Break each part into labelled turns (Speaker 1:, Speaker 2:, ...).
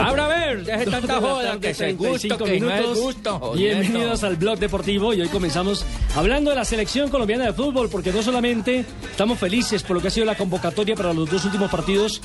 Speaker 1: Ahora a ver, ya es tanta
Speaker 2: Dos de la
Speaker 1: joda,
Speaker 2: tarde,
Speaker 1: que se gusto,
Speaker 2: 35
Speaker 1: que no es
Speaker 2: minutos.
Speaker 1: gusto. joder.
Speaker 2: Bienvenidos al Blog Deportivo y hoy comenzamos hablando de la selección colombiana de fútbol porque no solamente estamos felices por lo que ha sido la convocatoria para los dos últimos partidos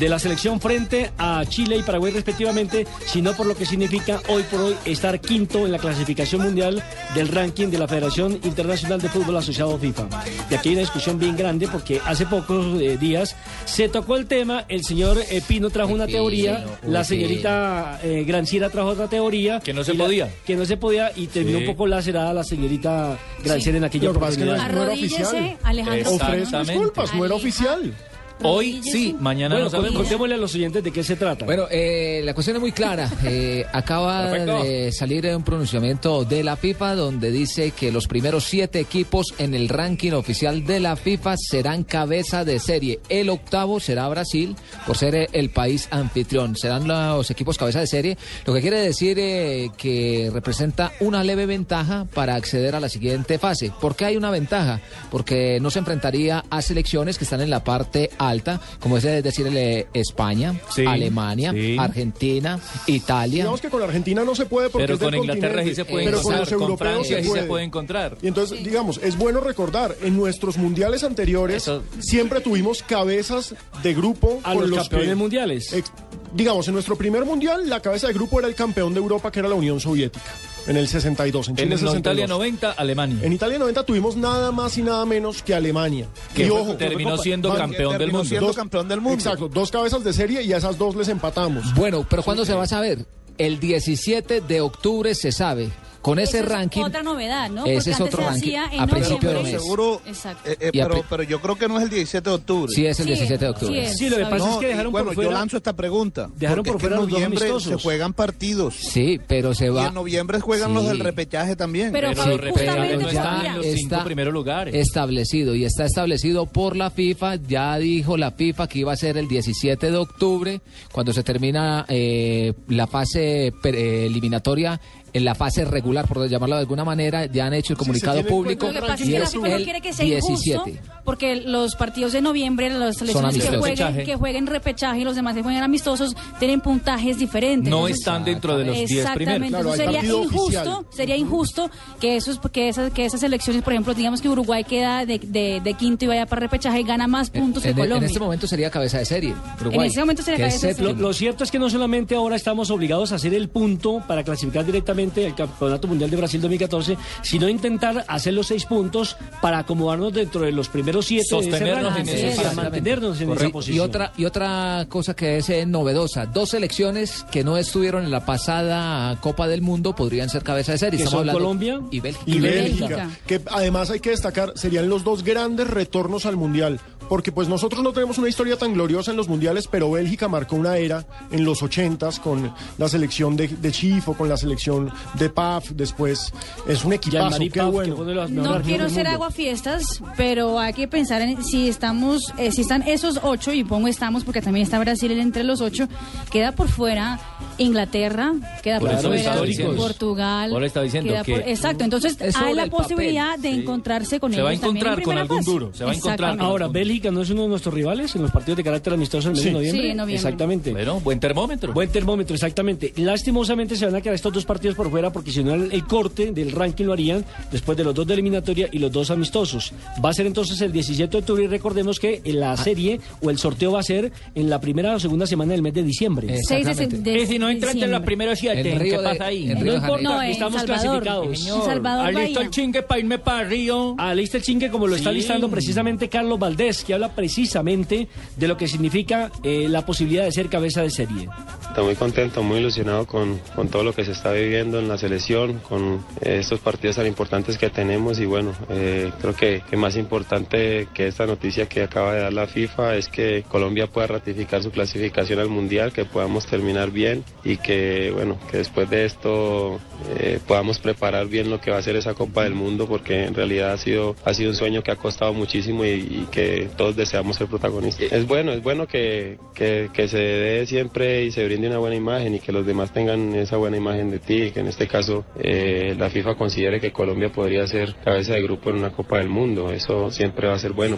Speaker 2: de la selección frente a Chile y Paraguay respectivamente, sino por lo que significa hoy por hoy estar quinto en la clasificación mundial del ranking de la Federación Internacional de Fútbol Asociado FIFA. Y aquí hay una discusión bien grande porque hace pocos eh, días se tocó el tema, el señor eh, Pino trajo una
Speaker 1: Pino,
Speaker 2: teoría, la
Speaker 1: Pino.
Speaker 2: señorita eh, Granciera trajo otra teoría.
Speaker 1: Que no se
Speaker 2: y la-
Speaker 1: podía.
Speaker 2: que no se podía y terminó
Speaker 1: Sí.
Speaker 2: un poco lacerada la señorita Granciera en aquella
Speaker 3: Lo que pasa es que no
Speaker 2: oportunidad.
Speaker 3: es- no era
Speaker 4: Arrodíllese,
Speaker 3: oficial.
Speaker 4: Alejandro.
Speaker 3: Ofrezco
Speaker 1: Exactamente.
Speaker 3: disculpas, no era
Speaker 4: Aleja-
Speaker 3: oficial.
Speaker 1: Hoy sí,
Speaker 4: Arrodíllese.
Speaker 1: mañana
Speaker 2: Bueno,
Speaker 1: no
Speaker 2: cont-
Speaker 1: sabemos.
Speaker 2: contémosle a los oyentes de qué se trata.
Speaker 5: Bueno, eh, la cuestión es muy clara. Eh, acaba
Speaker 1: Perfecto.
Speaker 5: de salir un pronunciamiento de la FIFA donde dice que los primeros siete equipos en el ranking oficial de la FIFA serán cabeza de serie. El octavo será Brasil por ser eh, el país anfitrión. Serán los equipos cabeza de serie, lo que quiere decir eh, que representa una leve ventaja para acceder a la siguiente fase. ¿Por qué hay una ventaja? Porque no se enfrentaría a selecciones que están en la parte alta, como es eh, decir el, eh, España,
Speaker 1: Sí,
Speaker 5: Alemania,
Speaker 1: sí.
Speaker 5: Argentina, Italia.
Speaker 3: Digamos que con Argentina no se puede porque
Speaker 1: Pero
Speaker 3: es del
Speaker 1: con Inglaterra sí se
Speaker 3: continente,
Speaker 1: puede
Speaker 3: pero con
Speaker 1: encontrar,
Speaker 3: los
Speaker 1: con
Speaker 3: europeos
Speaker 1: Francia
Speaker 3: se
Speaker 1: sí se
Speaker 3: puede.
Speaker 1: puede encontrar.
Speaker 3: Y entonces, digamos, es bueno recordar, en nuestros mundiales anteriores
Speaker 1: Eso-
Speaker 3: siempre tuvimos cabezas de grupo
Speaker 2: A
Speaker 3: con
Speaker 2: los
Speaker 3: los
Speaker 2: campeones
Speaker 3: que-
Speaker 2: mundiales.
Speaker 3: ex- digamos, en nuestro primer mundial la cabeza de grupo era el campeón de Europa que era la Unión Soviética en el 62, en
Speaker 1: En
Speaker 3: Chile 62.
Speaker 1: Italia 90, Alemania.
Speaker 3: En Italia 90 tuvimos nada más y nada menos que Alemania.
Speaker 1: Que
Speaker 3: y
Speaker 1: fue-
Speaker 3: ojo,
Speaker 1: terminó siendo
Speaker 3: van-
Speaker 1: campeón del
Speaker 3: terminó
Speaker 1: mundo.
Speaker 3: siendo
Speaker 1: Dos-
Speaker 3: campeón del mundo. Exacto, dos cabezas de serie y a esas dos les empatamos.
Speaker 5: Bueno, pero ¿cuándo se va a saber? El 17 de octubre se sabe. Con ese
Speaker 4: Esa es
Speaker 5: ranking.
Speaker 4: Otra novedad, ¿no?
Speaker 5: Ese
Speaker 4: Porque
Speaker 5: es
Speaker 4: antes
Speaker 5: otro
Speaker 4: se
Speaker 5: ranking,
Speaker 4: hacía en
Speaker 5: a principio de
Speaker 4: noviembre.
Speaker 5: mes.
Speaker 6: Seguro,
Speaker 4: Exacto.
Speaker 6: eh, eh,
Speaker 5: Y a
Speaker 6: pero,
Speaker 5: pri-
Speaker 6: pero yo creo que no es el 17 de octubre.
Speaker 5: Sí, es el
Speaker 4: Sí,
Speaker 5: 17 de octubre.
Speaker 4: sí es.
Speaker 2: Sí, lo que pasa es
Speaker 4: No,
Speaker 2: que
Speaker 6: y
Speaker 2: dejaron
Speaker 6: bueno,
Speaker 2: por
Speaker 6: yo
Speaker 2: fuera.
Speaker 6: lanzo esta pregunta.
Speaker 2: Dejaron
Speaker 6: porque
Speaker 2: por
Speaker 6: es que
Speaker 2: fuera
Speaker 6: en
Speaker 2: los dos
Speaker 6: noviembre
Speaker 2: amistosos.
Speaker 6: se juegan partidos.
Speaker 5: Sí, pero se
Speaker 6: Y
Speaker 5: va.
Speaker 6: en noviembre juegan
Speaker 5: Sí.
Speaker 6: los del repechaje también.
Speaker 4: Pero-
Speaker 1: Pero
Speaker 4: Sí,
Speaker 1: los repechajes
Speaker 4: justamente
Speaker 1: no están en los
Speaker 4: todavía.
Speaker 1: cinco primeros lugares.
Speaker 5: Establecido y está establecido por la FIFA. Ya dijo la FIFA que iba a ser el 17 de octubre, cuando se termina eh, la fase pre- eh, eliminatoria, en la fase regular, por llamarlo de alguna manera, ya han hecho el comunicado
Speaker 3: tiene en
Speaker 5: público.
Speaker 3: cuenta
Speaker 4: Lo que pasa es
Speaker 5: y
Speaker 4: que la
Speaker 5: es
Speaker 4: FIFA no
Speaker 5: el
Speaker 4: quiere que sea injusto, porque los partidos de noviembre, las selecciones que
Speaker 5: amistosos.
Speaker 4: jueguen,
Speaker 1: Repechaje.
Speaker 4: que jueguen repechaje y los demás que jueguen amistosos, tienen puntajes diferentes.
Speaker 1: No
Speaker 4: Entonces,
Speaker 1: están dentro de los 10 primeros.
Speaker 4: Exactamente,
Speaker 3: Claro,
Speaker 4: entonces
Speaker 3: hay
Speaker 4: sería
Speaker 3: partido
Speaker 4: injusto,
Speaker 3: oficial.
Speaker 4: sería injusto que esos, que esas, que esas elecciones, por ejemplo, digamos que Uruguay queda de, de- de quinto y vaya para repechaje y gana más
Speaker 5: En,
Speaker 4: puntos que
Speaker 5: en- en
Speaker 4: Colombia.
Speaker 5: este momento sería cabeza de serie. Uruguay,
Speaker 4: este momento sería
Speaker 5: que es
Speaker 4: cabeza de
Speaker 5: séptimo.
Speaker 4: serie.
Speaker 2: Lo cierto es que no solamente ahora estamos obligados a hacer el punto para clasificar directamente al Campeonato Mundial de Brasil 2014, sino intentar hacer los seis puntos para acomodarnos dentro de los primeros siete. de ese
Speaker 1: Sostenernos
Speaker 2: ranking,
Speaker 4: en ese
Speaker 2: para
Speaker 4: sitio.
Speaker 2: mantenernos en esa
Speaker 5: Correcto.
Speaker 2: posición.
Speaker 5: Y otra, y otra cosa que es eh, novedosa, dos selecciones que no estuvieron en la pasada Copa del Mundo podrían ser cabeza de serie.
Speaker 2: Que
Speaker 5: Estamos
Speaker 2: son
Speaker 5: hablando
Speaker 2: Colombia
Speaker 5: y Bélgica.
Speaker 3: y
Speaker 4: Bélgica.
Speaker 3: Bélgica, que además hay que destacar, serían los dos grandes retornos al Mundial, porque pues nosotros no tenemos una historia tan gloriosa en los Mundiales, pero Bélgica marcó una era en los 80s con la selección de, de Chifo, con la selección de Paf, después es un equipazo,
Speaker 2: Jean-Marie
Speaker 3: qué
Speaker 2: Pau, que
Speaker 3: bueno.
Speaker 2: fue uno de los mejores
Speaker 4: No
Speaker 2: arqueros
Speaker 4: quiero
Speaker 2: del
Speaker 4: ser
Speaker 2: mundo.
Speaker 4: aguafiestas, pero hay que pensar en si estamos, eh, si están esos ocho, y pongo estamos porque también está Brasil entre los ocho, queda por fuera Inglaterra, queda por,
Speaker 1: Por eso
Speaker 4: fuera
Speaker 1: estaba diciendo.
Speaker 4: Portugal.
Speaker 1: Ahora está diciendo
Speaker 4: queda
Speaker 1: que-
Speaker 4: por- exacto, entonces
Speaker 5: Es sobre
Speaker 4: hay la
Speaker 5: el papel,
Speaker 4: posibilidad de encontrarse con
Speaker 1: Se
Speaker 4: ellos
Speaker 1: va a
Speaker 4: también en
Speaker 1: encontrar con
Speaker 4: primera
Speaker 1: algún
Speaker 4: fase.
Speaker 1: duro, se va a encontrar
Speaker 4: Exactamente.
Speaker 2: Ahora, Bélgica no es uno de nuestros rivales en los partidos de carácter amistoso en el mes
Speaker 3: Sí.
Speaker 2: de noviembre.
Speaker 4: Sí, en noviembre.
Speaker 2: Exactamente.
Speaker 1: Bueno, buen termómetro.
Speaker 2: Buen termómetro, exactamente. Lastimosamente se van a quedar estos dos partidos por fuera porque si no el, el corte del ranking lo harían después de los dos de eliminatoria y los dos amistosos. Va a ser entonces el 17 de octubre y recordemos que la serie o el sorteo va a ser en la primera o segunda semana del mes de diciembre.
Speaker 5: Eh,
Speaker 4: Seis de se-
Speaker 5: Exactamente.
Speaker 4: de
Speaker 1: Y si no entran en los
Speaker 4: diciembre.
Speaker 1: primeros siete,
Speaker 5: En Río
Speaker 1: ¿qué
Speaker 5: de-
Speaker 1: pasa ahí?
Speaker 5: en
Speaker 2: No
Speaker 5: Río de
Speaker 2: importa,
Speaker 4: No,
Speaker 2: que
Speaker 4: en
Speaker 2: estamos
Speaker 4: Salvador.
Speaker 2: clasificados.
Speaker 4: En Salvador
Speaker 1: Alista
Speaker 4: Bahía.
Speaker 1: el chingue para irme para Río.
Speaker 2: Alista Ah, el chingue como lo está
Speaker 1: Sí.
Speaker 2: listando precisamente Carlos Valdés, que habla precisamente de lo que significa eh, la posibilidad de ser cabeza de serie.
Speaker 7: Está muy contento, muy ilusionado con, con todo lo que se está viviendo.
Speaker 2: haciendo en la selección con eh, estos partidos tan importantes que tenemos y bueno, eh, creo que, que más importante que esta noticia que acaba de dar la FIFA es que Colombia pueda ratificar su clasificación al Mundial, que podamos terminar bien y que bueno, que después de esto eh, podamos preparar bien lo que va a ser esa Copa del Mundo porque en realidad ha sido, ha sido un sueño que ha costado muchísimo y, y que todos deseamos ser protagonistas. Es bueno, es bueno que, que- que se dé siempre y se brinde una buena imagen y que los demás tengan esa buena imagen de ti, que en este caso eh, la FIFA considere que Colombia podría ser cabeza de grupo en una Copa del Mundo, eso siempre va a ser bueno.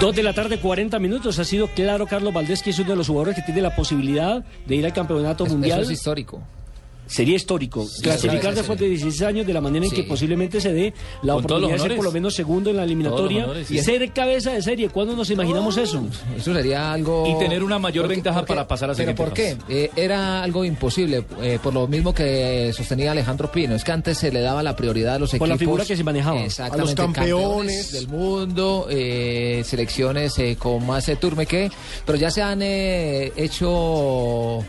Speaker 8: Dos de la tarde, 40 minutos. Ha sido claro Carlos Valdés que es uno de los jugadores que tiene la posibilidad de ir al campeonato
Speaker 5: Es-
Speaker 8: mundial.
Speaker 5: Eso es histórico.
Speaker 8: Sería histórico.
Speaker 5: claro,
Speaker 8: Clasificar
Speaker 5: sí,
Speaker 8: después
Speaker 5: sí.
Speaker 8: de 16 años de la manera en
Speaker 5: Sí.
Speaker 8: que posiblemente se dé la
Speaker 9: Con todos los
Speaker 8: oportunidad de ser
Speaker 9: honores.
Speaker 8: por lo menos segundo en la eliminatoria
Speaker 9: honores,
Speaker 8: y
Speaker 9: sí. Ah.
Speaker 8: ser cabeza de serie. ¿Cuándo nos imaginamos eso?
Speaker 5: Eso sería algo...
Speaker 9: Y tener una mayor ventaja para pasar a
Speaker 5: ¿Pero
Speaker 9: siguiente
Speaker 5: por qué? Eh, era algo imposible, eh, por lo mismo que sostenía Alejandro Pino. Es que antes se le daba la prioridad a los
Speaker 8: Por la
Speaker 5: equipos...
Speaker 8: figura que se manejaba.
Speaker 5: Exactamente.
Speaker 3: A los campeones.
Speaker 5: del mundo, eh, selecciones eh, con más eh, turme que... Pero ya se han eh, hecho...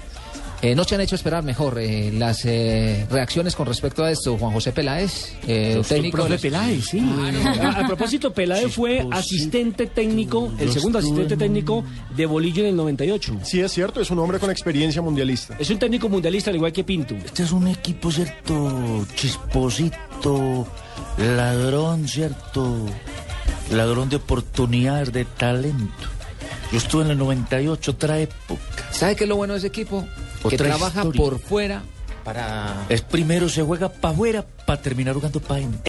Speaker 5: eh, no se han hecho esperar mejor eh, las eh, reacciones con respecto a esto. Juan José Peláez, eh, técnico... de Ah,
Speaker 8: profe
Speaker 5: los-
Speaker 8: Peláez, sí. Ah, A, a propósito, Peláez fue asistente técnico, el segundo asistente técnico de Bolillo en el 98.
Speaker 3: Sí, es cierto, es un hombre con experiencia mundialista.
Speaker 8: Es un técnico mundialista, al igual que Pinto.
Speaker 1: Este es un equipo, ¿cierto? Chisposito, ladrón, ¿cierto? Ladrón de oportunidades, de talento. Yo estuve en el 98, otra época.
Speaker 5: ¿Sabe qué es lo bueno de ese equipo? que
Speaker 1: Otra
Speaker 5: trabaja
Speaker 1: historia.
Speaker 5: por fuera para
Speaker 1: Es primero se juega para afuera para terminar jugando para